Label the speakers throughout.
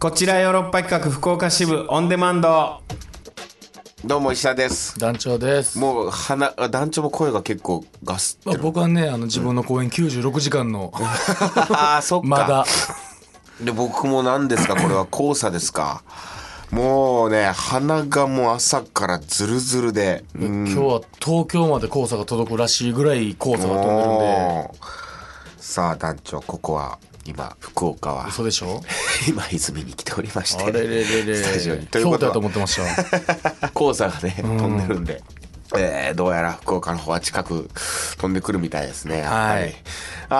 Speaker 1: こちらヨーロッパ企画福岡支部オンデマンド
Speaker 2: どうも石田です
Speaker 3: 団長です、
Speaker 2: もう鼻あ団長も声が結構ガ スっ
Speaker 3: ま
Speaker 2: て
Speaker 3: あ、
Speaker 2: る
Speaker 3: 僕はねあの自分の公演96時間の
Speaker 2: ああそっか
Speaker 3: まだ
Speaker 2: で僕も何ですかこれは黄砂ですかもうね鼻がもう朝からズルズルで
Speaker 3: 今日は東京まで黄砂が届くらしいぐらい黄砂が飛んでるんで
Speaker 2: おーさあ団長ここは今福岡は
Speaker 3: 嘘でしょ
Speaker 2: 今泉に来ておりまして
Speaker 3: あれれれれ
Speaker 2: スタジオにという
Speaker 3: 京
Speaker 2: こ
Speaker 3: 都
Speaker 2: と
Speaker 3: や
Speaker 2: は
Speaker 3: と思ってました
Speaker 2: 黄砂がね飛んでるんで、えーどうやら福岡の方は近く飛んでくるみたいですねやっぱり
Speaker 3: はい
Speaker 2: あ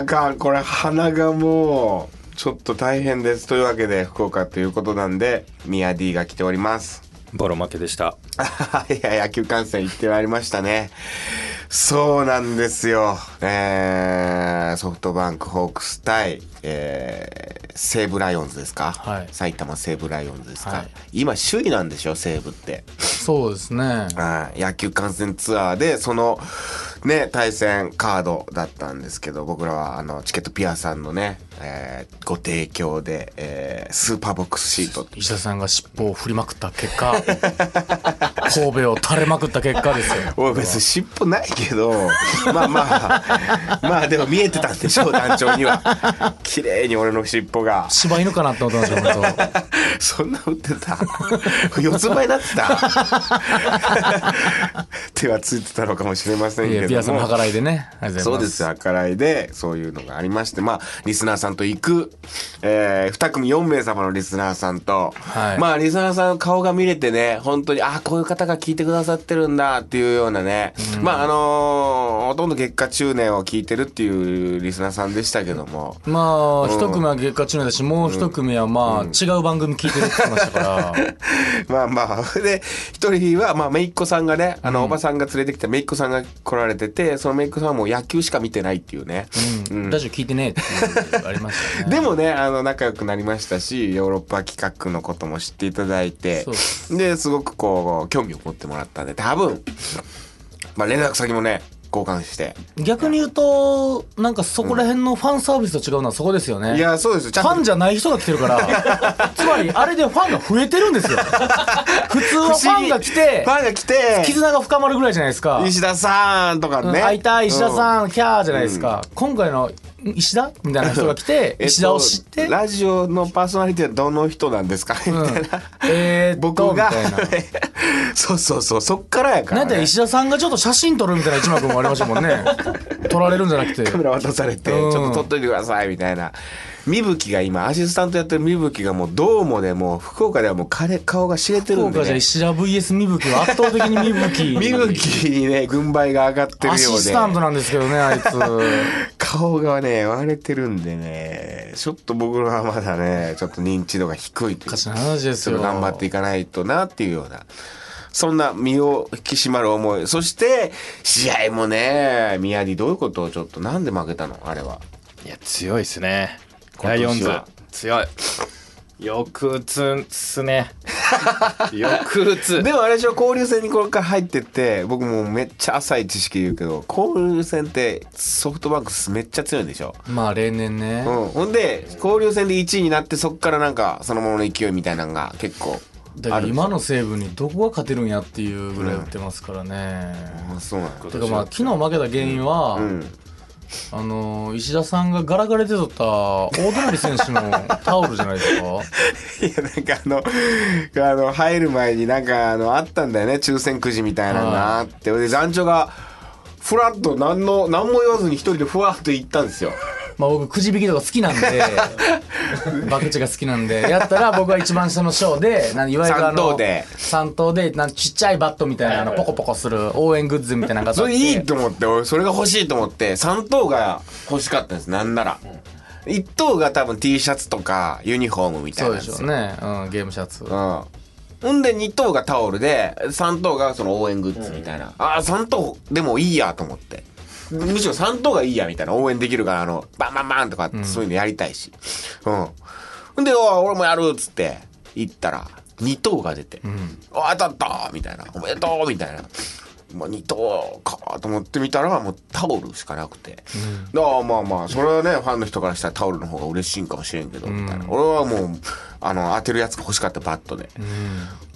Speaker 2: ーあかんこれ鼻がもうちょっと大変ですというわけで福岡ということなんでミヤ D が来ております
Speaker 4: ボロ負けでした
Speaker 2: あは はいや野球観戦行ってまいりましたねそうなんですよ、えーソフトバンクホークス対、えー西武ライオンズですか、
Speaker 3: はい
Speaker 2: 埼玉西武ライオンズですか、
Speaker 3: はい
Speaker 2: 今首位なんでしょ西武って
Speaker 3: そうで すね
Speaker 2: はい野球観戦ツアーでそのね対戦カードだったんですけど僕らはあのチケットピアさんのね、えーご提供で、えースーパーボックスシート
Speaker 3: 石田さんが尻尾を振りまくった結果神戸を垂れまくった結果ですよ
Speaker 2: おい別に尻尾ないけど まあまあまあでも見えてたんでしょう団長には綺麗に俺の尻尾が
Speaker 3: 柴犬かなって思ってました本当
Speaker 2: そんな打ってた 四つ前になってた 手は ついてたのかもしれません
Speaker 3: い
Speaker 2: け
Speaker 3: や
Speaker 2: ど
Speaker 3: ピアさんの
Speaker 2: も
Speaker 3: 計らいでねありがと
Speaker 2: そう
Speaker 3: ございます
Speaker 2: です計らいでそういうのがありましてまあリスナーさんと行く、え2組4名様のリスナーさんと、
Speaker 3: はい
Speaker 2: まあリスナーさんの顔が見れてね本当にあこういう方が聞いてくださってるんだっていうようなね、まああのーほとんど月下中年を聞いてるっていうリスナーさんでしたけども。
Speaker 3: まあ一組は月下中年だしもう一組はまあ違う番組聞いてるって言ってましたから
Speaker 2: まあまあ。で、一人は、まあ、めいっ子さんがね、あの、おばさんが連れてきためいっ子さんが来られてて、そのめいっ子さんはもう野球しか見てないっていうね。
Speaker 3: うんラジオ聞いてねえっていうありましたね
Speaker 2: でもねあの仲良くなりましたしヨーロッパ企画のことも知っていただいて
Speaker 3: そうです
Speaker 2: ですごくこう興味を持ってもらったんで多分、まあ、連絡先もね交換して、
Speaker 3: 逆に言うとなんかそこら辺のファンサービスと違うのはそこですよね
Speaker 2: いやそうですよち
Speaker 3: フ
Speaker 2: ゃん
Speaker 3: ァン
Speaker 2: と
Speaker 3: じゃない人が来てるから つまりあれでファンが増えてるんですよ普通はファンが来て
Speaker 2: ファンが来て
Speaker 3: 絆が深まるぐらいじゃないですか
Speaker 2: 石田さんとか
Speaker 3: うん
Speaker 2: ね、
Speaker 3: 会いたい石田
Speaker 2: うん
Speaker 3: さん、キャーじゃないですか、今回のん石田みたいな人が来
Speaker 2: えっ
Speaker 3: て、
Speaker 2: と
Speaker 3: 石田を知って、
Speaker 2: ラジオのパーソナリティはどの人なんですかみ
Speaker 3: うん
Speaker 2: たいな、
Speaker 3: えーっと
Speaker 2: 僕が
Speaker 3: みたいな
Speaker 2: そうそうそうそっからやか
Speaker 3: な
Speaker 2: ら、
Speaker 3: んだ
Speaker 2: ね、
Speaker 3: 石田さんがちょっと写真撮るみたいな一幕もありましたもんね撮られるんじゃなくて
Speaker 2: カメラ渡されて、
Speaker 3: うん
Speaker 2: ちょっと撮っといてくださいみたいな。みぶきが今、アシスタントやってるみぶきがもう、どうもでもう、福岡ではもう彼、顔が知れてる
Speaker 3: 福
Speaker 2: んで、
Speaker 3: 岡じゃ
Speaker 2: ね。
Speaker 3: 石田 VS みぶきは圧倒的にみぶき
Speaker 2: みぶきにね、軍配が上がってるよ
Speaker 3: ア
Speaker 2: うで。
Speaker 3: シスタントなんですけどね あいつ
Speaker 2: 顔がね、割れてるんでね、ちょっと僕らはまだね、ちょっと認知度が低いという
Speaker 3: おかしな話です
Speaker 2: ちょっ
Speaker 3: よ
Speaker 2: と頑張っていかないとなっていうような。そんな身を引き締まる思い。そして、試合もね、宮城どういうことをちょっと、なんで負けたのあれは。
Speaker 4: いや強いですね
Speaker 2: 今
Speaker 4: ライオン
Speaker 2: 年
Speaker 4: ズ
Speaker 2: は
Speaker 4: 強いよく打つっす ねよく打つ
Speaker 2: でもあれでしょ交流戦にこれから入ってって僕もうめっちゃ浅い知識言うけど交流戦ってソフトバンクめっちゃ強いんでしょ、
Speaker 3: まあ例年ね、
Speaker 2: うん、ほんで交流戦で1位になってそっからなんかそのままの勢いみたいなのが結構
Speaker 3: だから今の西武にどこが勝てるんやっていうぐらい打ってますからね、
Speaker 2: あそうなんだ
Speaker 3: てかまあ昨日負けた原因は、
Speaker 2: うん
Speaker 3: あの石田さんがガラガラで取った大隣選手のタオルじゃないですか
Speaker 2: いやなんかあのあの入る前になんかあのあったんだよね抽選くじみたいなのがあってで残長がふらっと何の何も言わずに一人でふわっと行ったんですよ
Speaker 3: まあ僕くじ引きとか好きな んでバクチが好きなんでやったら僕は一番下の章でなんいわゆるあ
Speaker 2: 三
Speaker 3: の
Speaker 2: 等で
Speaker 3: 三等でなんちっちゃいバットみたいなあのポコポコする応援グッズみたいなのがあって
Speaker 2: それいいと思って俺それが欲しいと思って3等が欲しかったんですなんなら、一1等が多分 T シャツとかユニフォームみたい
Speaker 3: そう
Speaker 2: なん
Speaker 3: で
Speaker 2: です
Speaker 3: し
Speaker 2: よ
Speaker 3: ょうね、うん、ゲームシャツ
Speaker 2: うんほんで2等がタオルで3等がその応援グッズみたいな、ああ3等でもいいやと思ってむしろ3等がいいやみたいな応援できるからあのバンバンバンとかそういうのやりたいしうん、ほんで「おい俺もやる」っつって行ったら2等が出て「お当たった!」みたいな「おめでとう!」みたいなまあ、2等かと思ってみたらもうタオルしかなくて、だからまあまあそれはねファンの人からしたらタオルの方が嬉しいんかもしれんけどみたいな、俺はもうあの当てるやつが欲しかったバットで、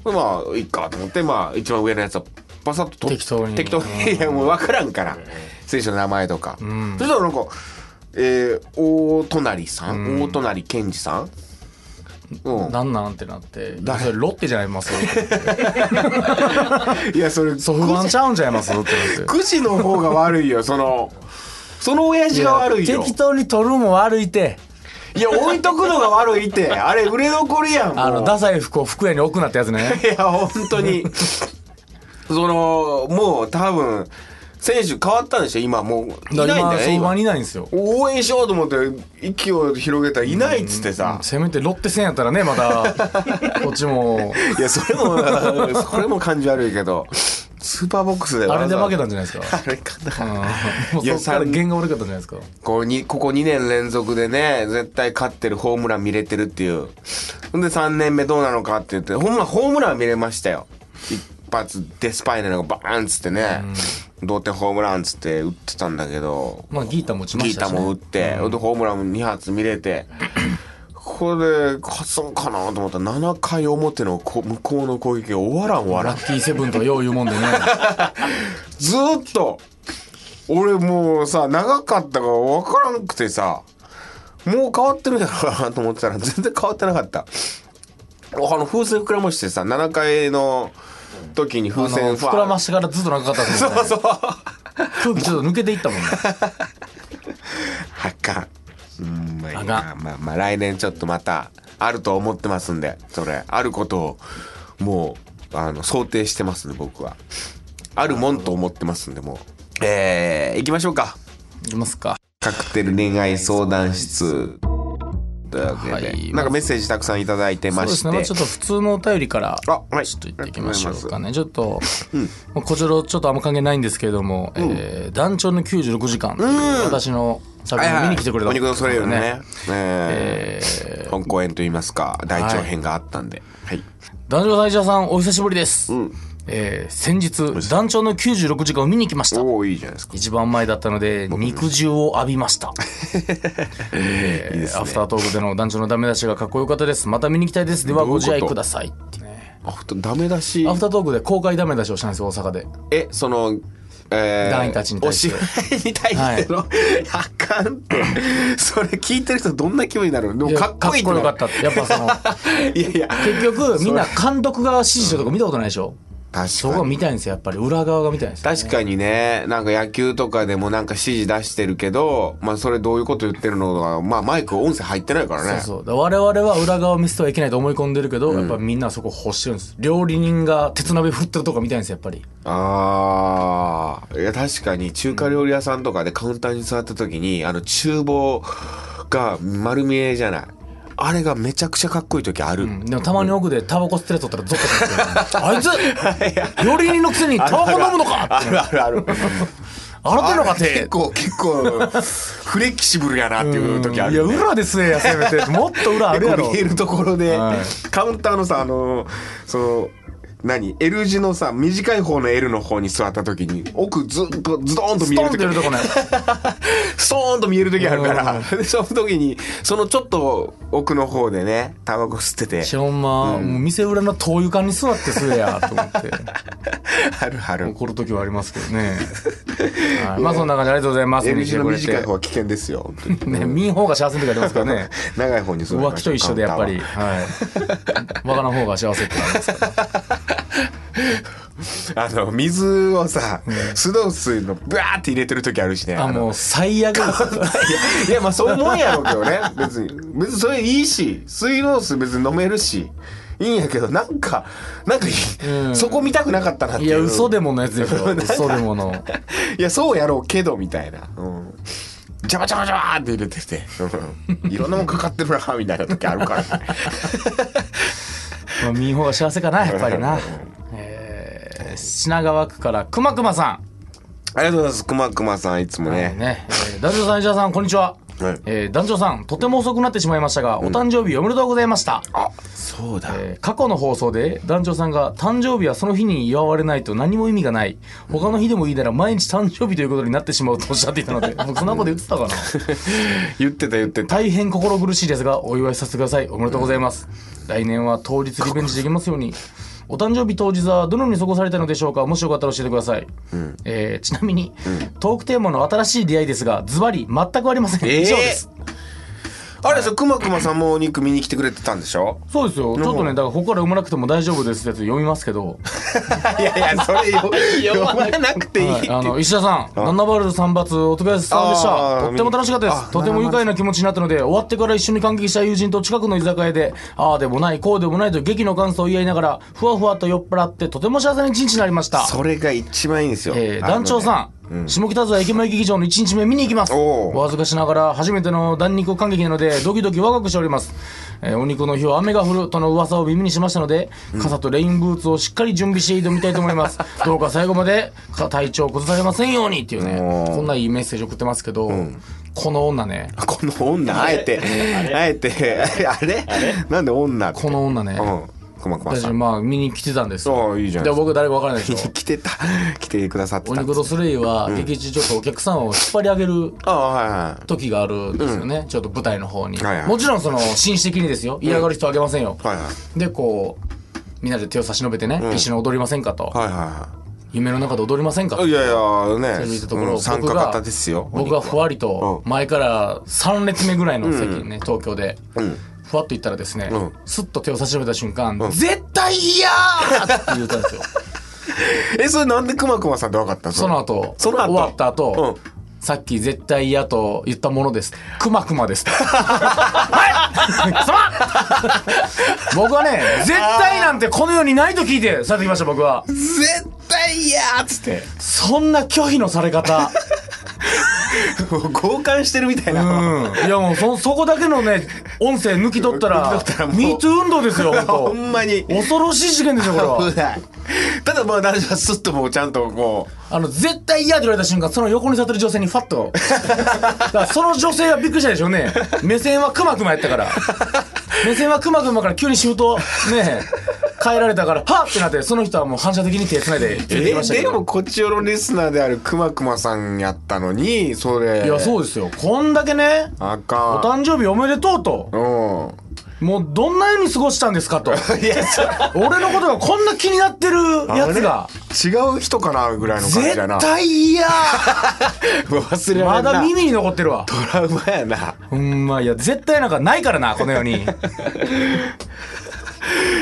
Speaker 2: でまあいいかと思ってまあ一番上のやつはパサッと取っ
Speaker 3: 適当に
Speaker 2: 適当にいやもう分からんから選手の名前とか、そしたらなんか、えー大隣さん、大隣健二さんうん、
Speaker 3: なんなんってなって
Speaker 2: 誰
Speaker 3: それロッテじゃないます
Speaker 2: いやそれ
Speaker 3: ソフマンちゃうんちゃいますってなって
Speaker 2: くじの方が悪いよそのその親父が悪いよ
Speaker 3: 適当に取るも悪いて
Speaker 2: いや置いとくのが悪いってあれ売れ残りやんもう
Speaker 3: あの太宰府を服屋に置くなってやつね
Speaker 2: いや本当にそのもう多分選手変わったんでしょ今もう いないん
Speaker 3: 今
Speaker 2: だよね
Speaker 3: 相場
Speaker 2: 今
Speaker 3: にいないんですよ
Speaker 2: 応援しようと思って息を広げたらいないっつってさ、
Speaker 3: せめてロッテ戦やったらねまたこっちも
Speaker 2: いやそれもそれも感じ悪いけどスーパーボックスで
Speaker 3: あれで負けたん
Speaker 2: じ
Speaker 3: じゃないですか
Speaker 2: ゃあれかな
Speaker 3: うんもう
Speaker 2: いや
Speaker 3: そっから
Speaker 2: さん
Speaker 3: 弦が悪かったんじゃないですか
Speaker 2: こうにここ2年連続でね絶対勝ってるホームラン見れてるっていうほんで3年目どうなのかって言ってほんまホームラン見れましたよ一発デスパイネのがバーンっつってね、同点ホームランっつって打ってたんだけど、
Speaker 3: まあギータも打ちま
Speaker 2: ギ
Speaker 3: し
Speaker 2: ー
Speaker 3: た
Speaker 2: タ
Speaker 3: し、ね、
Speaker 2: も打って、ほんでホームランも2発見れてここで勝つんかなと思ったら7回表のこ向こうの攻撃が終わらん終わらん
Speaker 3: ラッキーセブンとはよう言うも んでね
Speaker 2: ずーっと俺もうさ長かったから分からんくてさもう変わってるんやろうなと思ってたら全然変わってなかったあの風船膨らましてさ7階の時に
Speaker 3: あの
Speaker 2: 風船
Speaker 3: 膨らま
Speaker 2: し
Speaker 3: してからずっと長かったですもんね
Speaker 2: そう
Speaker 3: 空気ちょっと抜けていったもんね
Speaker 2: あかんうんまあいい
Speaker 3: あか
Speaker 2: なまあまあ来年ちょっとまたあると思ってますんでそれあることをもうあの想定してますね僕はあるもんと思ってますんでもうえー、行きましょうか
Speaker 3: いきますか
Speaker 2: カクテル恋愛相談室というわけで、
Speaker 3: はい
Speaker 2: なんかメッセージたくさんいただいて
Speaker 3: そ
Speaker 2: ま
Speaker 3: うで
Speaker 2: して
Speaker 3: すね、まあ、ちょっと普通のお便りからちょ
Speaker 2: あはい
Speaker 3: っと言っていきましょうかね、ちょっと、
Speaker 2: ん
Speaker 3: まあこちらちょっとあんま関係ないんですけれども「えー団長の96時間」という私の作
Speaker 2: はい
Speaker 3: 品
Speaker 2: は
Speaker 3: を
Speaker 2: い
Speaker 3: 見に来てくれた
Speaker 2: お肉のそれよりねえ
Speaker 3: えー
Speaker 2: ー本公演といいますか大長編があったんで、はい
Speaker 3: 団長大社さんお久しぶりです、
Speaker 2: ん
Speaker 3: えー先日団長の96時間を見に来ました
Speaker 2: おおいいじゃないですか
Speaker 3: 一番前だったので肉汁を浴びました、えーアフタートークでの団長のダメ出しがかっこよかったですまた見に行きたいですではご自愛くださいっていうね
Speaker 2: あふとダメ出し
Speaker 3: アフタートークで公開ダメ出しをしたんですよ大阪で
Speaker 2: えそのえー
Speaker 3: 団員たちに対して
Speaker 2: お芝居に対しての、あかんってそれ聞いてる人どんな気分になるのでもかっこいい
Speaker 3: かっこよかった
Speaker 2: っ
Speaker 3: ってやっぱその
Speaker 2: ていやいや
Speaker 3: 結局みんな監督が指示してるとこ見たことないでしょそ
Speaker 2: 確
Speaker 3: こ
Speaker 2: か
Speaker 3: が
Speaker 2: に
Speaker 3: 見たいんですよやっぱり裏側が見たいんですよ
Speaker 2: 確かにねなんか野球とかでもなんか指示出してるけど、まあ、それどういうこと言ってるのか、まあ、マイク音声入ってないからね
Speaker 3: そうそうだから我々は裏側を見せてはいけないと思い込んでるけど、やっぱみんなはそこ欲してるんです料理人が鉄鍋振ってるとこ見たいんですよやっぱり
Speaker 2: ああいや確かに中華料理屋さんとかでカウンターに座った時にあの厨房が丸見えじゃないあれがめちゃくちゃかっこいい時ある、
Speaker 3: でもたまに奥でタバコ吸ってるやつおったらゾッとするんですよあいつ料理人のくせにタバコ飲むのか
Speaker 2: あるあるある
Speaker 3: 洗ってんのか
Speaker 2: 結
Speaker 3: て
Speaker 2: 構結構フレキシブルやなっていう時あ
Speaker 3: い
Speaker 2: る
Speaker 3: や
Speaker 2: よね
Speaker 3: 裏ですえやせめてもっと裏あるや
Speaker 2: 結
Speaker 3: ろ
Speaker 2: 構見えるところで、
Speaker 3: は
Speaker 2: カウンターのさあのその何 L 字のさ短い方の L の方に座った時に奥ずっとズドーンと
Speaker 3: ス
Speaker 2: 見え
Speaker 3: ト
Speaker 2: る
Speaker 3: ンって出る
Speaker 2: 時
Speaker 3: とこね
Speaker 2: ストーンと見える時あるか
Speaker 3: う
Speaker 2: らでその時にそのちょっと奥の方でねタバコ吸ってて
Speaker 3: しょんま、もう店裏の灯油館に座ってすえやと思って
Speaker 2: あるある
Speaker 3: 怒る時はありますけどね、はいまあそんな感じでありがとうございます
Speaker 2: L 字の
Speaker 3: 見に来
Speaker 2: 短
Speaker 3: てくれ
Speaker 2: い
Speaker 3: て
Speaker 2: 方は危険ですよ本当に
Speaker 3: ね、見ん方が幸せの時ありますから ね
Speaker 2: 長い方に座りましょう
Speaker 3: 浮気と一緒でやっぱり、
Speaker 2: カウン
Speaker 3: はい、わからん方が幸せってなりますから
Speaker 2: ターはあの水をさスノー水のブワーって入れてる時あるしね
Speaker 3: あ
Speaker 2: あの
Speaker 3: もう最悪ですよ
Speaker 2: いやいやまあそう思うんやろうけどね 別に別にそれいいし水道水別に飲めるしいいんやけどなんかなんかいい、
Speaker 3: うん
Speaker 2: そこ見たくなかったなってい
Speaker 3: いう
Speaker 2: い
Speaker 3: や嘘でものやつですよ嘘でもの
Speaker 2: いやそうやろうけどみたいな、うん、ジャバジャバジャバーって入れてて、うんいろんなもんかかってるなみたいな時あるから ね
Speaker 3: まあ見ん方が幸せ かなやっぱりな、えー品川区からくまくまさん
Speaker 2: ありがとうございますくまくまさんいつもね、
Speaker 3: ね、えー、ダジオさん石田さんこんにちは
Speaker 2: はい
Speaker 3: えー団長さんとても遅くなってしまいましたが、お誕生日おめでとうございました、
Speaker 2: あそう だ、
Speaker 3: えー過去の放送で団長さんが誕生日はその日に祝われないと何も意味がない他の日でもいいなら毎日誕生日ということになってしまうとおっしゃっていたので僕そんなこと言ってたかな
Speaker 2: 言ってた言ってた
Speaker 3: 大変心苦しいですがお祝いさせてくださいおめでとうございます、来年は当日リベンジできますようにお誕生日当日はどのように過ごされたのでしょうかもしよかったら教えてください、えーちなみに、トークテーマの新しい出会いですがズバリ全くありません、
Speaker 2: えー
Speaker 3: 以上です
Speaker 2: あれさくまくまさんもお肉見に来てくれてたんでしょ
Speaker 3: そうですよちょっとねだからここから読まなくても大丈夫ですってやつ読みますけど
Speaker 2: いやいやそれ読まなくていい
Speaker 3: はい、あの石田さん、ナンダバル三発お疲れ様でした
Speaker 2: あー。
Speaker 3: とっても楽しかったです。とても愉快な気持ちになったので、終わってから一緒に観劇した友人と近くの居酒屋で、ああでもない、こうでもないと劇の感想を言い合いながら、ふわふわと酔っ払って、とても幸せな一日になりました。
Speaker 2: それが一番いいんですよ、
Speaker 3: えー団長
Speaker 2: ん
Speaker 3: さん、下北沢駅前劇場の1日目見に行きます
Speaker 2: おう
Speaker 3: お恥ずかしながら初めての弾肉感激なのでドキドキ若くしております、えーお肉の日は雨が降るとの噂を耳にしましたので傘とレインブーツをしっかり準備して挑みたいと思い ますどうか最後までか体調を崩されませんようにっていうね
Speaker 2: おう
Speaker 3: こんないいメッセージ送ってますけど、この女ね
Speaker 2: この女あえてあえて あれなんで女って
Speaker 3: この女ね、
Speaker 2: うんくまくま
Speaker 3: 私
Speaker 2: さん
Speaker 3: まあ見に来てたんですよ
Speaker 2: そういいじゃな
Speaker 3: で
Speaker 2: いです
Speaker 3: 僕誰か分からない でし
Speaker 2: か
Speaker 3: ょ
Speaker 2: 来てた来てくださって
Speaker 3: お
Speaker 2: た
Speaker 3: 肉とスレイは劇中ちょっとお客さんを引っ張り上げる
Speaker 2: ああはいはい
Speaker 3: 時があるんですよね、ちょっと舞台の方に、
Speaker 2: はいはい
Speaker 3: もちろんその紳士的にですよ嫌がる人はあげませんよ、
Speaker 2: はいはい
Speaker 3: でこうみんなで手を差し伸べてね、一緒に踊りませんかと、
Speaker 2: はいは
Speaker 3: 夢の中で踊りませんか
Speaker 2: いは
Speaker 3: と
Speaker 2: いいやいやね
Speaker 3: 言ったところ、
Speaker 2: うん参加型ですよ
Speaker 3: 僕がふわりと
Speaker 2: う
Speaker 3: 前から3列目ぐらいの席にね、東京で、ふわっと行ったらですね、
Speaker 2: うん
Speaker 3: スッと手を差し伸べた瞬間、絶対嫌ーって言ったんですよ
Speaker 2: えそれなんでくまくまさんって分かったの
Speaker 3: その後
Speaker 2: その後
Speaker 3: 終わった後、
Speaker 2: う
Speaker 3: さっき絶対嫌と言ったものです。くまくまです。はい貴様 僕はね、絶対なんてこの世にないと聞いてされてきました、僕は。
Speaker 2: 絶対嫌っつっ て
Speaker 3: そんな拒否のされ方。
Speaker 2: 交換してるみたいな、
Speaker 3: うん。いやもうそ、そこだけのね、音声抜き取った
Speaker 2: 抜
Speaker 3: ら
Speaker 2: き取ったら、もう
Speaker 3: ミート運動ですよ、
Speaker 2: ほ
Speaker 3: 本
Speaker 2: んまに
Speaker 3: 当恐ろしい事件です よ、これは
Speaker 2: 危。ないただまあ男子はスッともうちゃんとこ
Speaker 3: あの、絶対嫌って言われた瞬間、その横に座ってる女性にファッ と。だからその女性はびっくりしたでしょうね。目線はくまくまやっ たから。目線はくまくまから急にシフト、ねえ、変えられたから、はっってなって、その人はもう反射的に手繋いで
Speaker 2: う
Speaker 3: 消えてきましたけ
Speaker 2: でも
Speaker 3: ど。
Speaker 2: こっちよろリスナーであるくまくまさんやったのにそれ
Speaker 3: いや、そうですよ。こんだけね、
Speaker 2: あ
Speaker 3: お
Speaker 2: か
Speaker 3: 誕生日おめでとうと
Speaker 2: ん、うん
Speaker 3: もうどんなように過ごしたんですか と。
Speaker 2: いやそれ
Speaker 3: 俺のことがこんな気になってるやつが、
Speaker 2: 違う人かなぐらいの感じ
Speaker 3: 絶
Speaker 2: だな
Speaker 3: 対嫌
Speaker 2: 忘れら
Speaker 3: ま
Speaker 2: れんな
Speaker 3: だ耳に残ってるわ。
Speaker 2: トラウマやな
Speaker 3: うんまあいや絶対なんかないからなこの世 に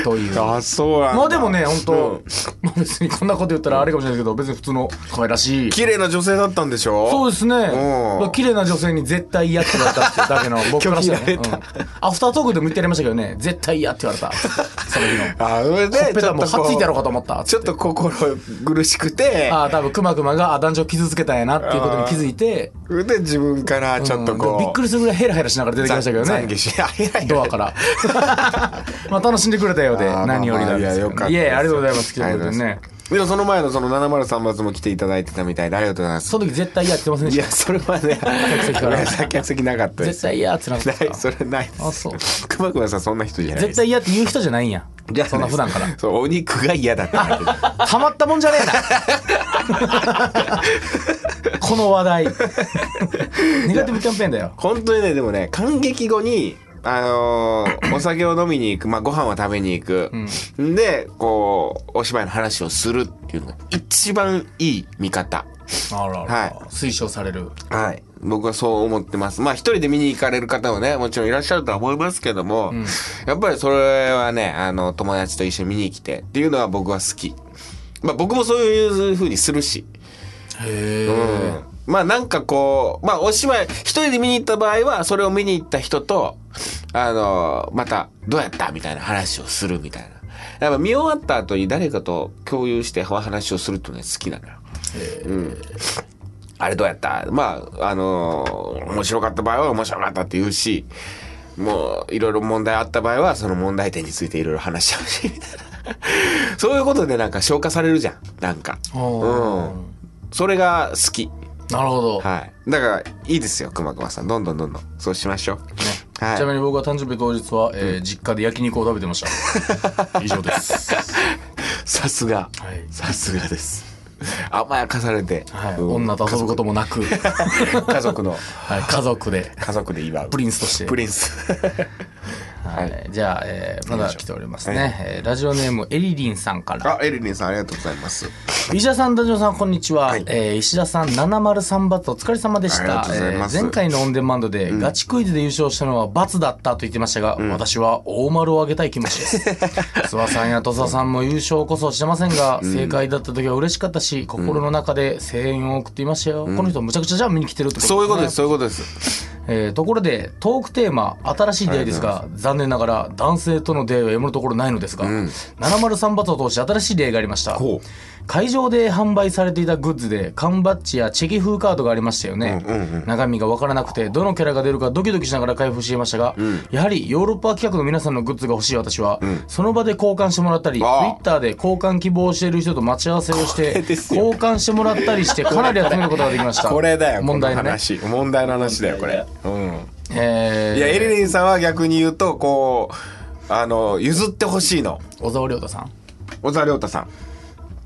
Speaker 3: という
Speaker 2: あそうなんだ
Speaker 3: まあでもね本
Speaker 2: うん
Speaker 3: 当、まあ別にこんなこと言ったらあれかもしれないですけど別に普通の可愛らしい
Speaker 2: 綺麗な女性だったんでしょ
Speaker 3: そうですね、
Speaker 2: うん
Speaker 3: 綺麗な女性に絶対嫌って言われたっていうだけの僕から してはね、
Speaker 2: 拒否られ
Speaker 3: うんアフタートークでも言ってやりましたけどね絶対嫌って言われ たその日の
Speaker 2: あそれで
Speaker 3: ほっぺたも
Speaker 2: ちょ
Speaker 3: は
Speaker 2: っ
Speaker 3: っ
Speaker 2: こ
Speaker 3: ついてやろうかと思ったっ
Speaker 2: ち
Speaker 3: つ
Speaker 2: ょ
Speaker 3: っ
Speaker 2: ってと心苦しくて
Speaker 3: ああ多分くまくまがあ男女傷つけたんやなっていうことに気づいて
Speaker 2: それで自分からちょっとこう、
Speaker 3: うんでもびっくりするぐらいヘラヘラしながら出てきましたけどね
Speaker 2: 懺悔しあいやいや
Speaker 3: ドアから。 まあ楽しんでくれたようで、
Speaker 2: あー
Speaker 3: 何よりなんですけど
Speaker 2: まあまあいやよかったです
Speaker 3: いやいや、ありがとうございます。来てくれ
Speaker 2: あ
Speaker 3: て
Speaker 2: りがと
Speaker 3: ね
Speaker 2: うござい。ますでもその前のその703発も来ていただいてたみたいでありがとうございます
Speaker 3: その時絶対嫌って言ってま
Speaker 2: い
Speaker 3: せんで
Speaker 2: や
Speaker 3: し
Speaker 2: それはね客
Speaker 3: 席から
Speaker 2: 客席なかった
Speaker 3: た。
Speaker 2: で
Speaker 3: 絶
Speaker 2: す
Speaker 3: 対嫌ってなかった
Speaker 2: ない それないです
Speaker 3: あそう
Speaker 2: くまくまさんそんな人じゃないで
Speaker 3: 絶
Speaker 2: す
Speaker 3: 対嫌って言う人じゃないんや。
Speaker 2: じゃないです
Speaker 3: そんな普段から。
Speaker 2: そうお肉が嫌だった だけで
Speaker 3: たまったもんじゃねえ な。この話題。ネガティブキャンペーンだよ。
Speaker 2: 本当にねでもね感激後にあのーお酒を飲みに行く、まあ、ご飯を食べに行く、ん、でこうお芝居の話をするっていうのが一番いい見方
Speaker 3: あらあら
Speaker 2: はい
Speaker 3: 推奨される。
Speaker 2: はい。僕はそう思ってます。まあ一人で見に行かれる方もね、もちろんいらっしゃるとは思いますけども、やっぱりそれはね、あの、友達と一緒に見に来てっていうのは僕は好き。まあ僕もそういう風にするし。うん。まあなんかこう、まあお芝居、一人で見に行った場合は、それを見に行った人と、あの、また、どうやったみたいな話をするみたいな。やっぱ見終わった後に誰かと共有して話をするっていうのが好きなのよ。あれどうやったまあ、あのー面白かった場合は面白かったって言うし、もう、いろいろ問題あった場合は、その問題点についていろいろ話しちゃうし、みたいな。そういうことでなんか消化されるじゃん。なんか。
Speaker 3: あー
Speaker 2: うん。それが好き。
Speaker 3: なるほど、
Speaker 2: はい。だから、いいですよ、熊熊さん。どんどんどんどん。そうしましょう。は。
Speaker 3: ちないみに僕は誕生日当日は、えー実家で焼肉を食べてまし た以上です、
Speaker 2: さすが。
Speaker 3: はい
Speaker 2: さすがです。甘やかされて。
Speaker 3: はい、
Speaker 2: うん
Speaker 3: 女と遊ぶこともなく、
Speaker 2: 家族の、
Speaker 3: はい、家族で
Speaker 2: 家族で祝う。
Speaker 3: プリンスとして
Speaker 2: プリンス。
Speaker 3: はいじゃあ、えーまだ来ておりますね、
Speaker 2: は
Speaker 3: えーラジオネームエリリンさんから
Speaker 2: あ、エリリンさんありがとうございます。
Speaker 3: 石田さん、ダジオさん、こんにちは。
Speaker 2: はい
Speaker 3: えー石田さん、703バット、お疲れ様でし
Speaker 2: あり
Speaker 3: た
Speaker 2: が。とうございます
Speaker 3: 前回のオンデマンドで、ガチクイズで優勝したのは罰だったと言ってましたが、私は大丸をあげたい気持 ちです。諏訪さんや土佐さんも優勝こそしてませんが、正解だった時は嬉しかったし、心の中で声援を送っていましたよ。この人、むちゃくちゃじゃあ見に来てるってことですね。
Speaker 2: そういうことです、そういうことです。
Speaker 3: えーところでトークテーマ「新しい出会い」ですが残念ながら男性との出会いは今のところないのですが、703バツを通して新しい出会いがありました
Speaker 2: ほう
Speaker 3: 会場で販売されていたグッズで缶バッジやチェキ風カードがありましたよね、中身が分からなくてどのキャラが出るかドキドキしながら開封していましたが、やはりヨーロッパ企画の皆さんのグッズが欲しい私は、その場で交換してもらったりツイ
Speaker 2: ああ
Speaker 3: ッターで交換希望している人と待ち合わせをして交換してもらったりしてかなり集めることができまし た
Speaker 2: これだよ、
Speaker 3: 問題
Speaker 2: こ
Speaker 3: の
Speaker 2: の
Speaker 3: ね
Speaker 2: 話。問題の話だよ、これ。うん。
Speaker 3: えー
Speaker 2: いや、エリリンさんは逆に言うと、こう、あの、譲ってほしいの。
Speaker 3: 小沢亮太さん
Speaker 2: 小沢亮太さん。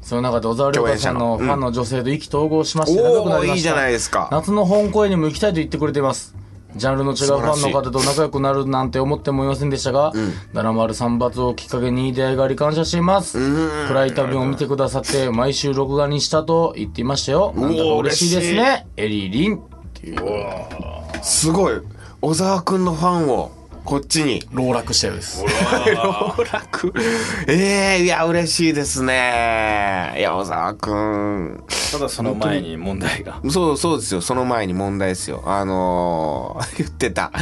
Speaker 3: その中で小沢亮太さんのファンの女性と意気投合しまして仲良くな
Speaker 2: おお
Speaker 3: りました
Speaker 2: いいじゃないですか。
Speaker 3: 夏の本公演にも行きたいと言ってくれていますジャンルの違うファンの方と仲良くなるなんて思ってもいませんでしたが「七丸三抜」をきっかけにいい出会いがあり感謝しています暗い旅を見てくださって毎週録画にしたと言っていましたよなんだか嬉しいですねエリリン
Speaker 2: すごい。小沢くんのファンを、こっちに。
Speaker 3: 老落したようです
Speaker 2: 老落。ええいや、嬉しいですね。いや、小沢くん。
Speaker 4: ただその前に問題が
Speaker 2: そう、そうですよ。その前に問題ですよ。あのー 言ってた。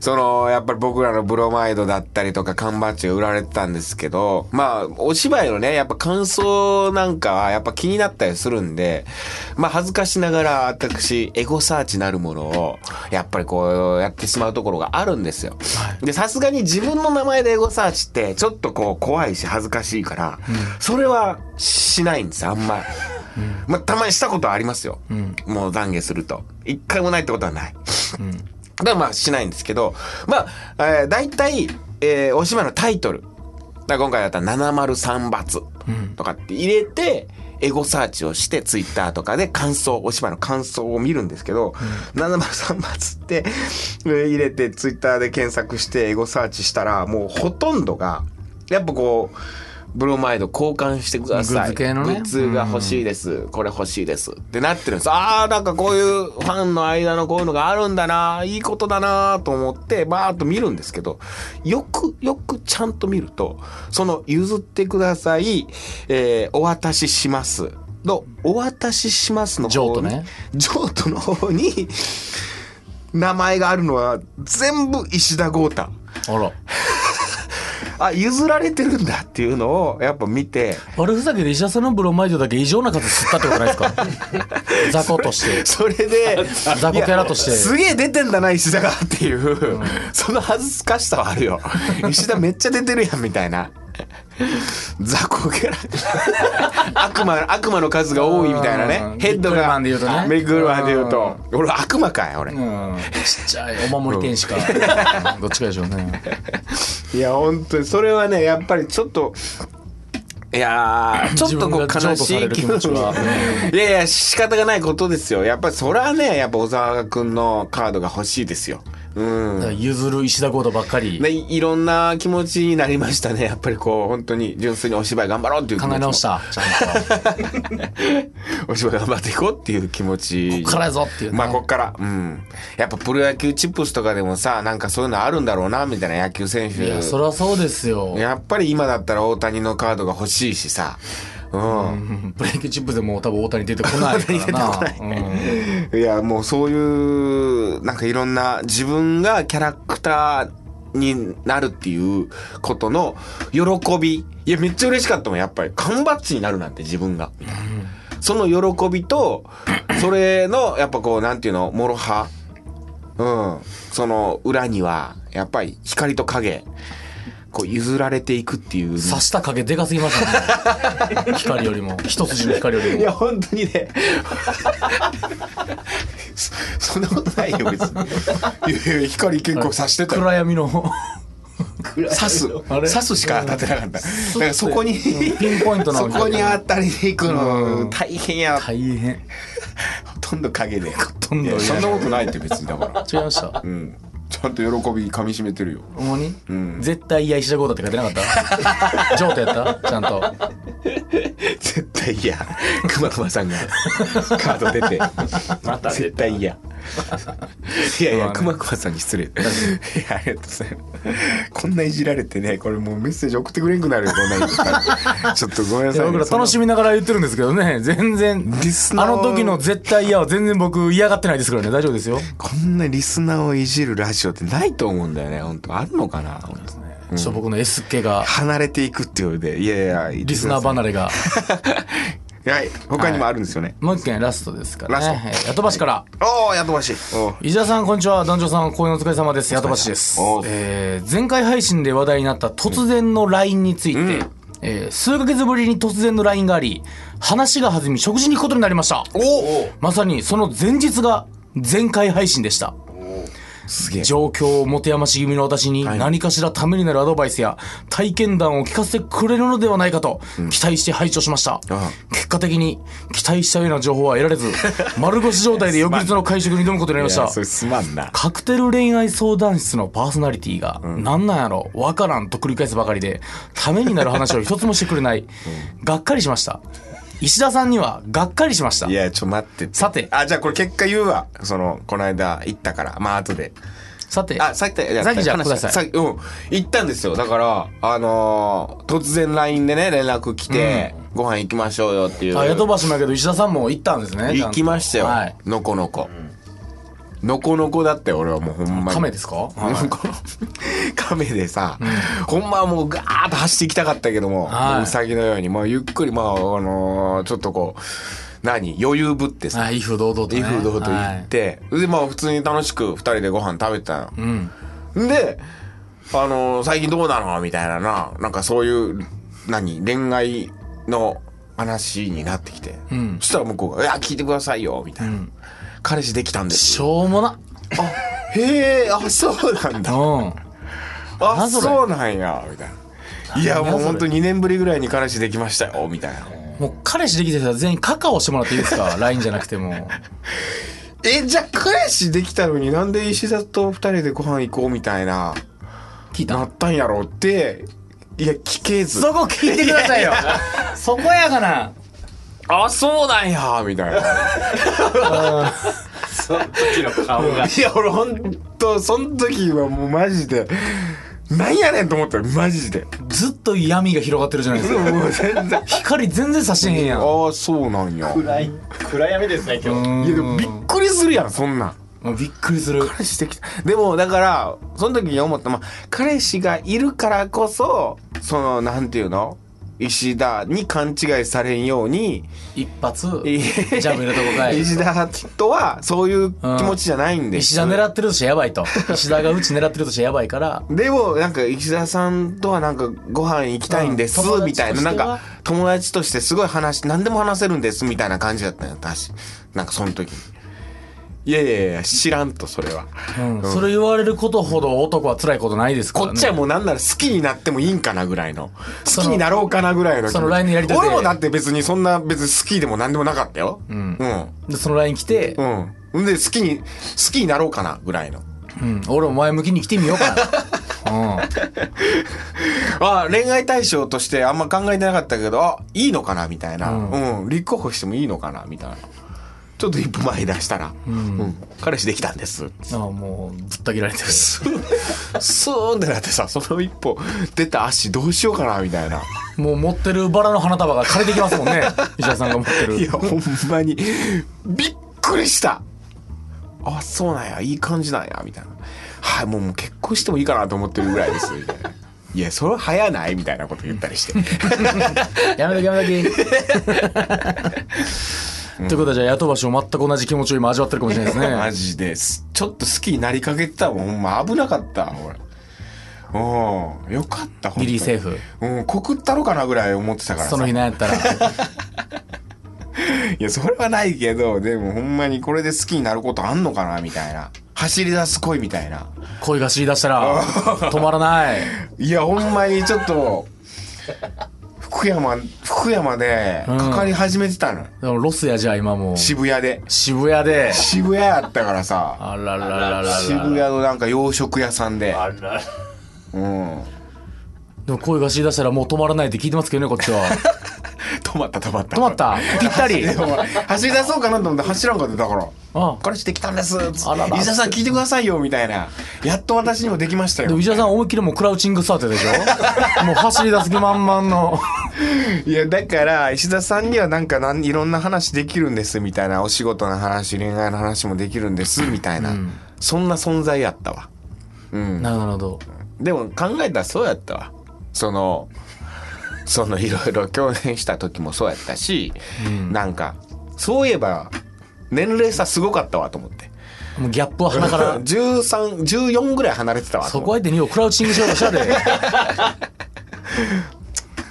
Speaker 2: その、やっぱり僕らのブロマイドだったりとか、缶バッジが売られてたんですけど、まあ、お芝居のね、やっぱ感想なんかは、やっぱ気になったりするんで、まあ、恥ずかしながら、私、エゴサーチなるものを、やっぱりこう、やってしまうところがあるんですよ。で、さすがに自分の名前でエゴサーチって、ちょっとこう、怖いし、恥ずかしいから、それはしないんです、あんまり。まあ、たまにしたことはありますよ。もう懺悔すると。一回もないってことはない。だからまあしないんですけど、まあ、えー、大体、えー、お芝居のタイトル。だから今回だったら703罰とかって入れて、エゴサーチをして、ツイッターとかで感想、お芝居の感想を見るんですけど、703罰ってえー入れて、ツイッターで検索して、エゴサーチしたら、もうほとんどが、やっぱこう、ブロマイド交換してください。
Speaker 3: グッズ系のね
Speaker 2: グッズが欲しいです。これ欲しいです。ってなってるんです。ああ、なんかこういうファンの間のこういうのがあるんだな。いいことだなと思って、バーっと見るんですけど、よくよくちゃんと見ると、その譲ってください、えー、お渡しします。の、お渡ししますの
Speaker 3: 譲
Speaker 2: 方
Speaker 3: 渡
Speaker 2: に、
Speaker 3: ね
Speaker 2: 譲渡の方に、名前があるのは全部石田豪太。
Speaker 3: あら
Speaker 2: あ、譲られてるんだっていうのをやっぱ見て、
Speaker 3: 悪ふざけで石田さんのブロマイドだけ異常な数吸ったってことないですか 雑魚として
Speaker 2: それで、
Speaker 3: 雑魚キャラとして
Speaker 2: いやすげえ出てんだな、石田がっていう、その恥ずかしさはある よ。石田めっちゃ出てるやん、みたいな。雑魚キャラ。悪魔、悪魔の数が多いみたいな
Speaker 3: う
Speaker 2: ね
Speaker 3: ん。
Speaker 2: ヘッド
Speaker 3: ビッグルマ
Speaker 2: が。
Speaker 3: ンで言うとね
Speaker 2: ビッグルマンで言うと。俺、悪魔かい、俺。
Speaker 3: うんちっちゃいお守り天使か、うんどっちかでしょうね
Speaker 2: いや、本当に、それはね、やっぱりちょっと、いやー、ちょっとこう
Speaker 3: 自
Speaker 2: 悲
Speaker 3: 分が譲渡
Speaker 2: し
Speaker 3: され
Speaker 2: い
Speaker 3: る
Speaker 2: 気
Speaker 3: 気持
Speaker 2: 分
Speaker 3: ちは
Speaker 2: はいやいや、仕方がないことですよ。やっぱりそれはね、やっぱ小沢くんのカードが欲しいですよ。うん。
Speaker 3: 譲る石田豪太ばっかり
Speaker 2: ね、いろんな気持ちになりましたね。やっぱりこう、本当に純粋にお芝居頑張ろうっていう気
Speaker 3: 考
Speaker 2: 持ちも
Speaker 3: え直したちゃんと
Speaker 2: お芝居頑張っていこうっていう気持ち。
Speaker 3: こっからやぞっていうね
Speaker 2: まあ、こっから。うん。やっぱプロ野球チップスとかでもさ、なんかそういうのあるんだろうな、みたいな野球選手。
Speaker 3: いやそりゃそうですよ
Speaker 2: やっぱり今だったら大谷のカードが欲しいしさ。うん。
Speaker 3: うんブレイクチップでもう多分大谷出てこないからな
Speaker 2: 大谷いや、もうそういう、なんかいろんな自分がキャラクター、になるっていうことの喜び。いや、めっちゃ嬉しかったもん、やっぱり。缶バッジになるなんて自分が。みたいなその喜びと、それの、やっぱこう、なんていうの、諸刃。うん。その裏には、やっぱり光と影。こう譲られていくっていう
Speaker 3: 刺した影でかすぎましたね光よりも一筋の光より
Speaker 2: い
Speaker 3: も
Speaker 2: や本当に ねそそんなことないよ別にいやいや光結構刺してたよ
Speaker 3: 暗闇の
Speaker 2: 刺す
Speaker 3: あれ
Speaker 2: 刺すしか当たってなかっただからそこに
Speaker 3: ピンポイントな
Speaker 2: そこに当たりに行く
Speaker 3: う
Speaker 2: の
Speaker 3: ん
Speaker 2: 大変や
Speaker 3: 大変
Speaker 2: ほとんど影でほ
Speaker 3: とんどいない
Speaker 2: そんなことないって別にだから
Speaker 3: 違いました
Speaker 2: うんちゃんと喜びかみしめてるよ
Speaker 3: ほんまに、
Speaker 2: ん
Speaker 3: 絶対嫌石田豪太って書いてなかったジョータやったちゃんと
Speaker 2: 絶対嫌くまくまさんがカード出て
Speaker 4: また出た
Speaker 2: 絶対嫌いやいや
Speaker 3: まあね
Speaker 2: くまくまさんに失礼いやありがとうございますこんないじられてねこれもうメッセージ送ってくれんくなるよこんなん言ったらちょっとごめんないさ
Speaker 3: や
Speaker 2: い、
Speaker 3: 僕ら楽しみながら言ってるんですけどね全然
Speaker 2: リスナ
Speaker 3: あ
Speaker 2: ー
Speaker 3: の時の絶対嫌は全然僕嫌がってないですからね大丈夫ですよ、
Speaker 2: こんなリスナーをいじるラジオってないと思うんだよね本当あるのかな本当
Speaker 3: ちょっと僕の S 系が
Speaker 2: 離れていくっていうのでいやいやリ
Speaker 3: リスナー離 れ
Speaker 2: は
Speaker 3: が
Speaker 2: い他にもあるんですよね、
Speaker 3: もう一件ラストですから
Speaker 2: ラスト
Speaker 3: ねはいヤトバシから、
Speaker 2: おおやとばしお
Speaker 3: 伊沢さんこんにちは団長さん公演お疲れ様ですヤトバシです
Speaker 2: お、
Speaker 3: えー、前回配信で話題になった突然の LINE について、えー数ヶ月ぶりに突然の LINE があり話が弾み食事に行くことになりました
Speaker 2: お
Speaker 3: まさにその前日が前回配信でした
Speaker 2: すげえ
Speaker 3: 状況を持て余し気味の私に何かしらためになるアドバイスや体験談を聞かせてくれるのではないかと期待して拝聴しました、
Speaker 2: あ
Speaker 3: 結果的に期待したような情報は得られ ず丸腰状態で翌日の会食に挑むことにな
Speaker 2: い
Speaker 3: りまし
Speaker 2: や
Speaker 3: た
Speaker 2: それすまんな
Speaker 3: カクテル恋愛相談室のパーソナリティが、なんなんやろ、わからんと繰り返すばかりで、ためになる話を一つもしてくれない。がっかりしました。石田さんには、がっかりしました
Speaker 2: い。やちょ待ってって
Speaker 3: さて
Speaker 2: あじゃあこれ結果言うわそのこの間行ったからまあ後で
Speaker 3: さて、
Speaker 2: あさっきや
Speaker 3: さっきじゃあ
Speaker 2: 話
Speaker 3: ください
Speaker 2: っきうん行ったんですよだからあのー突然 LINE でね連絡来て、ご飯行きましょうよっていう
Speaker 3: あ、宿橋もやけど、石田さんも行ったんですね。ちゃん
Speaker 2: 行
Speaker 3: と
Speaker 2: きましたよ、
Speaker 3: はい。
Speaker 2: のこのこ、のこのこだって俺はもうほんまに
Speaker 3: 亀ですかはい
Speaker 2: この 亀でさ、ほんまはもうガーッと走っていきたかったけども、
Speaker 3: はい
Speaker 2: もうウサギのように、まあ、ゆっくり、まあ、あのーちょっとこう、何余裕ぶってさ、
Speaker 3: あ、威風堂々とね。
Speaker 2: 威風堂々と行っ
Speaker 3: はい
Speaker 2: て、で、まあ、普通に楽しく二人でご飯食べてた
Speaker 3: う
Speaker 2: の。
Speaker 3: ん。
Speaker 2: で、あのー最近どうなのみたいなな、なんかそういう、何恋愛の話になってきて、
Speaker 3: ん
Speaker 2: そしたら向こうが、いや、聞いてくださいよ、みたいな。彼氏できたんです。
Speaker 3: しょうもな。
Speaker 2: あ、へえ、あ、そうなんだ。
Speaker 3: うん。
Speaker 2: あ
Speaker 3: 何それ
Speaker 2: そうなんやみたいな「いやもう
Speaker 3: 何そ
Speaker 2: ほん
Speaker 3: れ
Speaker 2: と2年ぶりぐらいに彼氏できましたよ」みたいな
Speaker 3: もう彼氏できてたら全員カカオしてもらっていいですか ?LINE じゃなくても。
Speaker 2: 「えじゃあ彼氏できたのになんで石田と2人でご飯行こう」みたいな
Speaker 3: 聞い
Speaker 2: な
Speaker 3: た
Speaker 2: ったんやろうっていや聞けず
Speaker 3: そこ聞いてくださいよそこやかな
Speaker 2: 「あそうなんや」みたいな
Speaker 4: その時の顔が。
Speaker 2: いや俺ほんとその時はもうマジでなんやねんと思ったよマジで
Speaker 3: ずっと闇が広がってるじゃないですか
Speaker 2: もう全然
Speaker 3: 光全然差しへんやん
Speaker 2: ああそうなんやい
Speaker 4: 暗い暗闇ですね今日。
Speaker 2: やでもびっくりするやんそんなん
Speaker 3: もうびっくりする
Speaker 2: 彼氏できたでもだからその時に思ったまあ彼氏がいるからこそそのなんていうの石田に勘違いされんように
Speaker 3: 一発
Speaker 2: い
Speaker 3: ジャブ入れとこかい
Speaker 2: 石田とはそういう気持ちじゃないんです、
Speaker 3: 石田狙ってるとしてやばいと石田がうち狙ってるとしてやばいから
Speaker 2: でもなんか石田さんとはなんかご飯行きたいんです
Speaker 3: うん
Speaker 2: みたいなな
Speaker 3: 友達と
Speaker 2: んか友達と
Speaker 3: しては
Speaker 2: してすごい話何でも話せるんですみたいな感じだったんや私なんかその時にいやいやいや知らんとそれは
Speaker 3: うんそれ言われることほど男は辛いことないですから
Speaker 2: こ
Speaker 3: ね
Speaker 2: っちはもうなんなら好きになってもいいんかなぐらいの好きになろうかなぐらいの
Speaker 3: その LINE のやりとりで
Speaker 2: 俺もだって別にそんな別に好きでも何でもなかったようんうん
Speaker 3: でその LINE 来て
Speaker 2: うん、んで好きに好きになろうかなぐらいの
Speaker 3: うん俺も前向きに来てみようか なうん
Speaker 2: あ恋愛対象としてあんま考えてなかったけどあいいのかなみたいな、うん
Speaker 3: ん
Speaker 2: 立候補してもいいのかなみたいなちょっと一歩前に出したら、うん彼氏できたんです
Speaker 3: ああもうぶった切られてる
Speaker 2: スーンってなってさその一歩出た足どうしようかなみたいな。
Speaker 3: もう持ってるバラの花束が枯れてきますもん ね石田さんが持って
Speaker 2: い
Speaker 3: る
Speaker 2: や、ほんまに、びっくりしたあ、そうなんや、いい感じなんや、みたいな。はい、もうもう結婚してもいいかなと思ってるぐらいです、みたいな。いや、それは早ないみたいなこと言ったりして。
Speaker 3: やめときやめとき ということはじゃあ雇わしを全く同じ気持ちを今味わってるかもしれないですね
Speaker 2: マジです。ちょっと好きになりかけてたもん、ほんま危なかった、俺。うんよかった
Speaker 3: ギリセー
Speaker 2: フ、
Speaker 3: フ
Speaker 2: うん、告ったろかなぐらい思ってたからさ
Speaker 3: その日なんやったら
Speaker 2: いやそれはないけどでもほんまにこれで好きになることあんのかなみたいな走り出す恋みたいな
Speaker 3: 恋が知り出した ら止まらない
Speaker 2: いやほんまにちょっ と福山福山で
Speaker 3: うん
Speaker 2: かかり始めてたの、
Speaker 3: でもロスやじゃあ今もう
Speaker 2: 渋谷で
Speaker 3: 渋谷で
Speaker 2: 渋谷やったからさ
Speaker 3: あらららららら
Speaker 2: 渋谷のなんか洋食屋さんで
Speaker 4: あら
Speaker 2: うん
Speaker 3: でも恋が知り出したらもう止まらないって聞いてますけどねこっちは
Speaker 2: 止まった止まった
Speaker 3: 止まったぴったり
Speaker 2: でも走り出そうかなと思って走らんかっただから
Speaker 3: あ
Speaker 2: 彼氏できたんですつって
Speaker 3: あらら
Speaker 2: 石田さん聞いてくださいよみたいなやっと私にもできました
Speaker 3: で
Speaker 2: よ
Speaker 3: 内田さん思いっきりもうクラウチングスタートでしょ もう走り出す気満々の
Speaker 2: いやだから石田さんにはなんかなんいろんな話できるんですみたいなお仕事の話恋愛の話もできるんですみたいな、
Speaker 3: うん
Speaker 2: そんな存在やったわうん
Speaker 3: なるほど
Speaker 2: でも考えたらそうやったわそのそのいろいろ共演した時もそうやったし、なんかそういえば年齢差すごかったわと思って
Speaker 3: もうギャップは鼻か ら
Speaker 2: 1314ぐらい離れてたわと
Speaker 3: そ
Speaker 2: 思
Speaker 3: こ
Speaker 2: って
Speaker 3: 相手にようクラウチングしようとし たで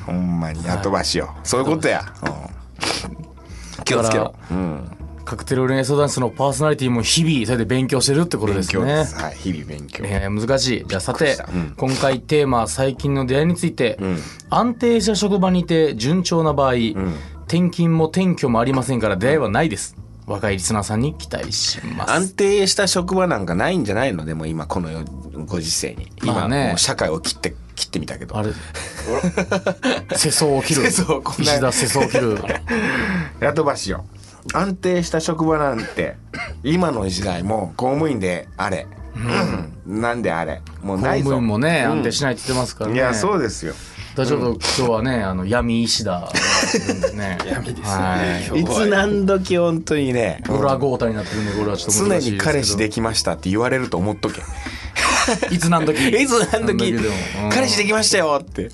Speaker 2: ほんまに後ばしよそういうことや、うん気をつけろ
Speaker 3: だか
Speaker 2: うん
Speaker 3: カクテル恋愛相談室のパーソナリティも日々それで勉強してるってことで
Speaker 2: 勉
Speaker 3: す
Speaker 2: 強で
Speaker 3: ね
Speaker 2: す、はい、日々勉強
Speaker 3: 恋愛難しいじゃあさ
Speaker 2: びってくりしたうん
Speaker 3: 今回テーマ最近の出会いについて、
Speaker 2: ん
Speaker 3: 安定した職場にて順調な場合、転勤も転居もありませんから出会いはないです若いリスナーさんに期待しま
Speaker 2: 安
Speaker 3: す
Speaker 2: 定した職場なんかないんじゃないのでも今このよご時世に今、
Speaker 3: まあね
Speaker 2: もう社会を切って切ってみたけど
Speaker 3: あれ世相を切る
Speaker 2: 世相をこんな
Speaker 3: 石田世相を切る
Speaker 2: 雇ばしよ安定した職場なんて今の時代もう公務員であれ、うんなんであれもう
Speaker 3: 公
Speaker 2: ないぞ
Speaker 3: 務員もね、
Speaker 2: うん
Speaker 3: 安定しないって言ってますから
Speaker 2: い
Speaker 3: ね
Speaker 2: やそううですよ
Speaker 3: だからちょっと今日はねあの闇石田なんでね 闇ですね、はい
Speaker 2: いつ何時本当にね
Speaker 3: ゴラゴータになってるんでこれはちょっと
Speaker 2: 常
Speaker 3: 難しい
Speaker 2: に
Speaker 3: ですけど
Speaker 2: 彼氏できましたって言われると思っとけ
Speaker 3: いつ何時
Speaker 2: いつ何時
Speaker 3: でもうん
Speaker 2: 彼氏できましたよって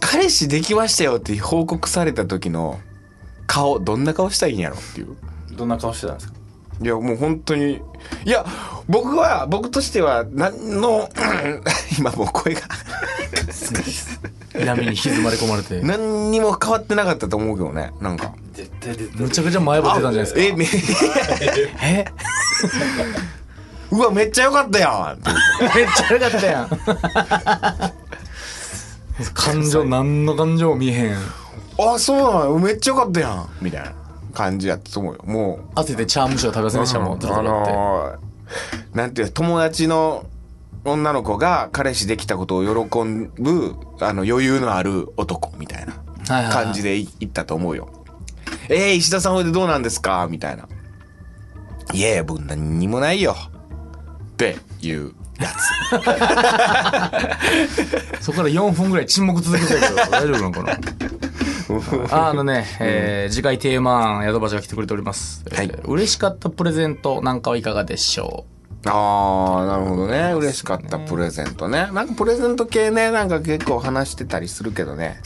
Speaker 2: 彼氏できましたよって報告された時の顔どんな顔したらいいんやろっていう
Speaker 4: どんな顔してたんですか
Speaker 2: いやもう本当にいや僕は僕としては何の 今もう声が
Speaker 3: 闇に歪まれ込まれて
Speaker 2: 何にも変わってなかったと思うけどねなんか
Speaker 4: 絶対出て
Speaker 3: むちゃくちゃ前歯出たんじゃないですか
Speaker 2: えめ
Speaker 3: え
Speaker 2: うわめっちゃ良かったやんって
Speaker 3: めっちゃ良かったやん 感情何の感情も見えへん
Speaker 2: あそうなのめっちゃ良かったやんみたいな感じやったと思うよもう
Speaker 3: 汗でチャームショー食べませんでしたもんずるず
Speaker 2: あ
Speaker 3: るって
Speaker 2: のーなんていう友達の女の子が彼氏できたことを喜ぶあの余裕のある男みたいな
Speaker 3: はいはいはい
Speaker 2: 感じでい行ったと思うよ。えー、石田さんほいでどうなんですかみたいな。いやいや、僕何にもないよ。っていう。
Speaker 3: そこから4分ぐらい沈黙続けてるけど大丈夫なのかな ああのね、えー次回テーマ案宿場所が来てくれております、
Speaker 2: はい
Speaker 3: えー嬉しかったプレゼントなんかはいかがでしょ
Speaker 2: ああ、なるほどね。嬉しかったプレゼントね。なんかプレゼント系ね、なんか結構話してたりするけどね。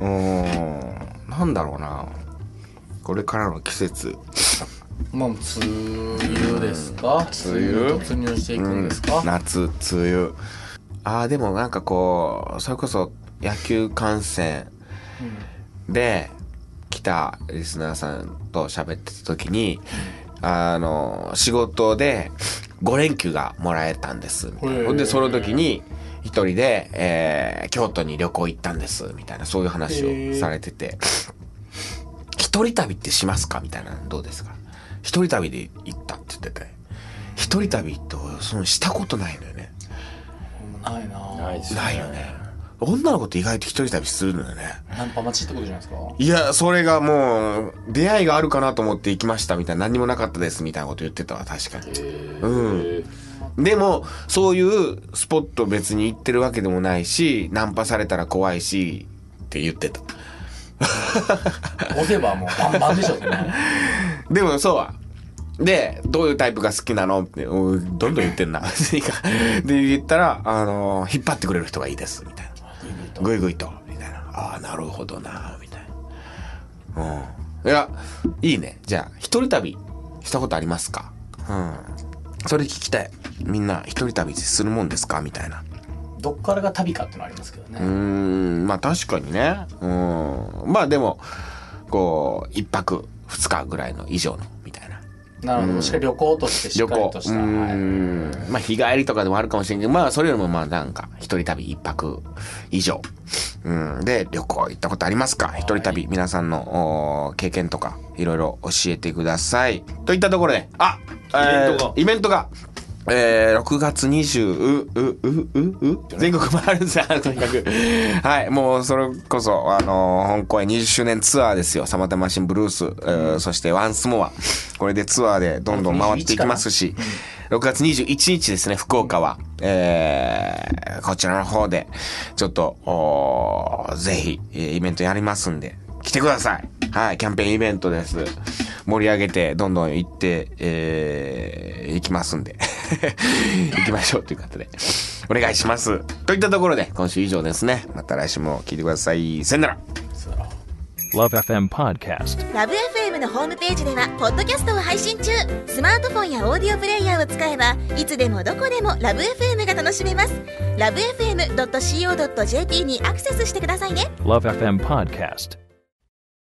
Speaker 2: うーん、なんだろうな。これからの季節。
Speaker 3: うもう梅雨ですか梅
Speaker 2: 雨
Speaker 3: 雨突入していくんですか、
Speaker 2: 夏梅雨ああでもなんかこうそれこそ野球観戦で来たリスナーさんと喋ってた時にあの仕事で5連休がもらえたんですみたい
Speaker 3: へ
Speaker 2: な
Speaker 3: ー
Speaker 2: ほんでその時に一人で、えー京都に旅行行ったんですみたいなそういう話をされてて一人旅ってしますかみたいなどうですか一人旅で行ったって言ってて一人旅って俺そのしたことないのよね
Speaker 3: ないなぁ
Speaker 4: ないです
Speaker 2: ないよね女の子って意外と一人旅するのよね
Speaker 3: ナンパ待ちってことじゃないですか
Speaker 2: いやそれがもう出会いがあるかなと思って行きましたみたいな何にもなかったですみたいなこと言ってたわ確かにうんでもそういうスポット別に行ってるわけでもないしナンパされたら怖いしって言ってた
Speaker 3: 押せばもうバンバンでしょってね
Speaker 2: でもそうは。で、どういうタイプが好きなのって、おいどんどん言ってんな。いいかで、言ったら、あのー引っ張ってくれる人がいいです、みたいな。ぐいぐいと、みたいな。ああ、なるほどな、みたいな。うん。いや、いいね。じゃあ、一人旅したことありますかうん。それ聞きたい。みんな、一人旅するもんですかみたいな。
Speaker 3: どっからが旅かっていうのはありますけどね、
Speaker 2: うーんまあ確かにねうんまあでもこう一泊二日ぐらいの以上のみたいな
Speaker 3: なるほどしっかり旅行としてし
Speaker 2: 旅
Speaker 3: っかり
Speaker 2: 行
Speaker 3: とし
Speaker 2: う
Speaker 3: た、はい、
Speaker 2: んまあ日帰りとかでもあるかもしれんけどまあそれよりもまあなんか一人旅一泊以上うんで旅行行ったことありますか一人旅皆さんのおー経験とかいろいろ教えてくださいといったところであえ
Speaker 4: イベントが
Speaker 2: ーイベントがえー、6月20ううううう全国回るんですよとにかくはいもうそれこそあのー本公演20周年ツアーですよ「サマタマシンブルース」えーそして「ワンスモア」これでツアーでどんどん回っていきますし6月21日ですね福岡は、えーこちらの方でちょっとおーぜひえーイベントやりますんで来てくださいはい、キャンペーンイベントです。盛り上げて、どんどん行って、えー、行きますんで。 行きましょうということで。お願いします。といったところで、今週以上ですね。また来週も聞いてください。さよなら。
Speaker 5: Love FM Podcast.
Speaker 6: ラブ f m のホームページではポッドキャストを配信中スマートフォンやオーディオプレイヤーを使えばいつでもどこでもラブ f m が楽しめますラブ FM.co.jp にアクセスしてくださいね
Speaker 5: Love FM Podcast.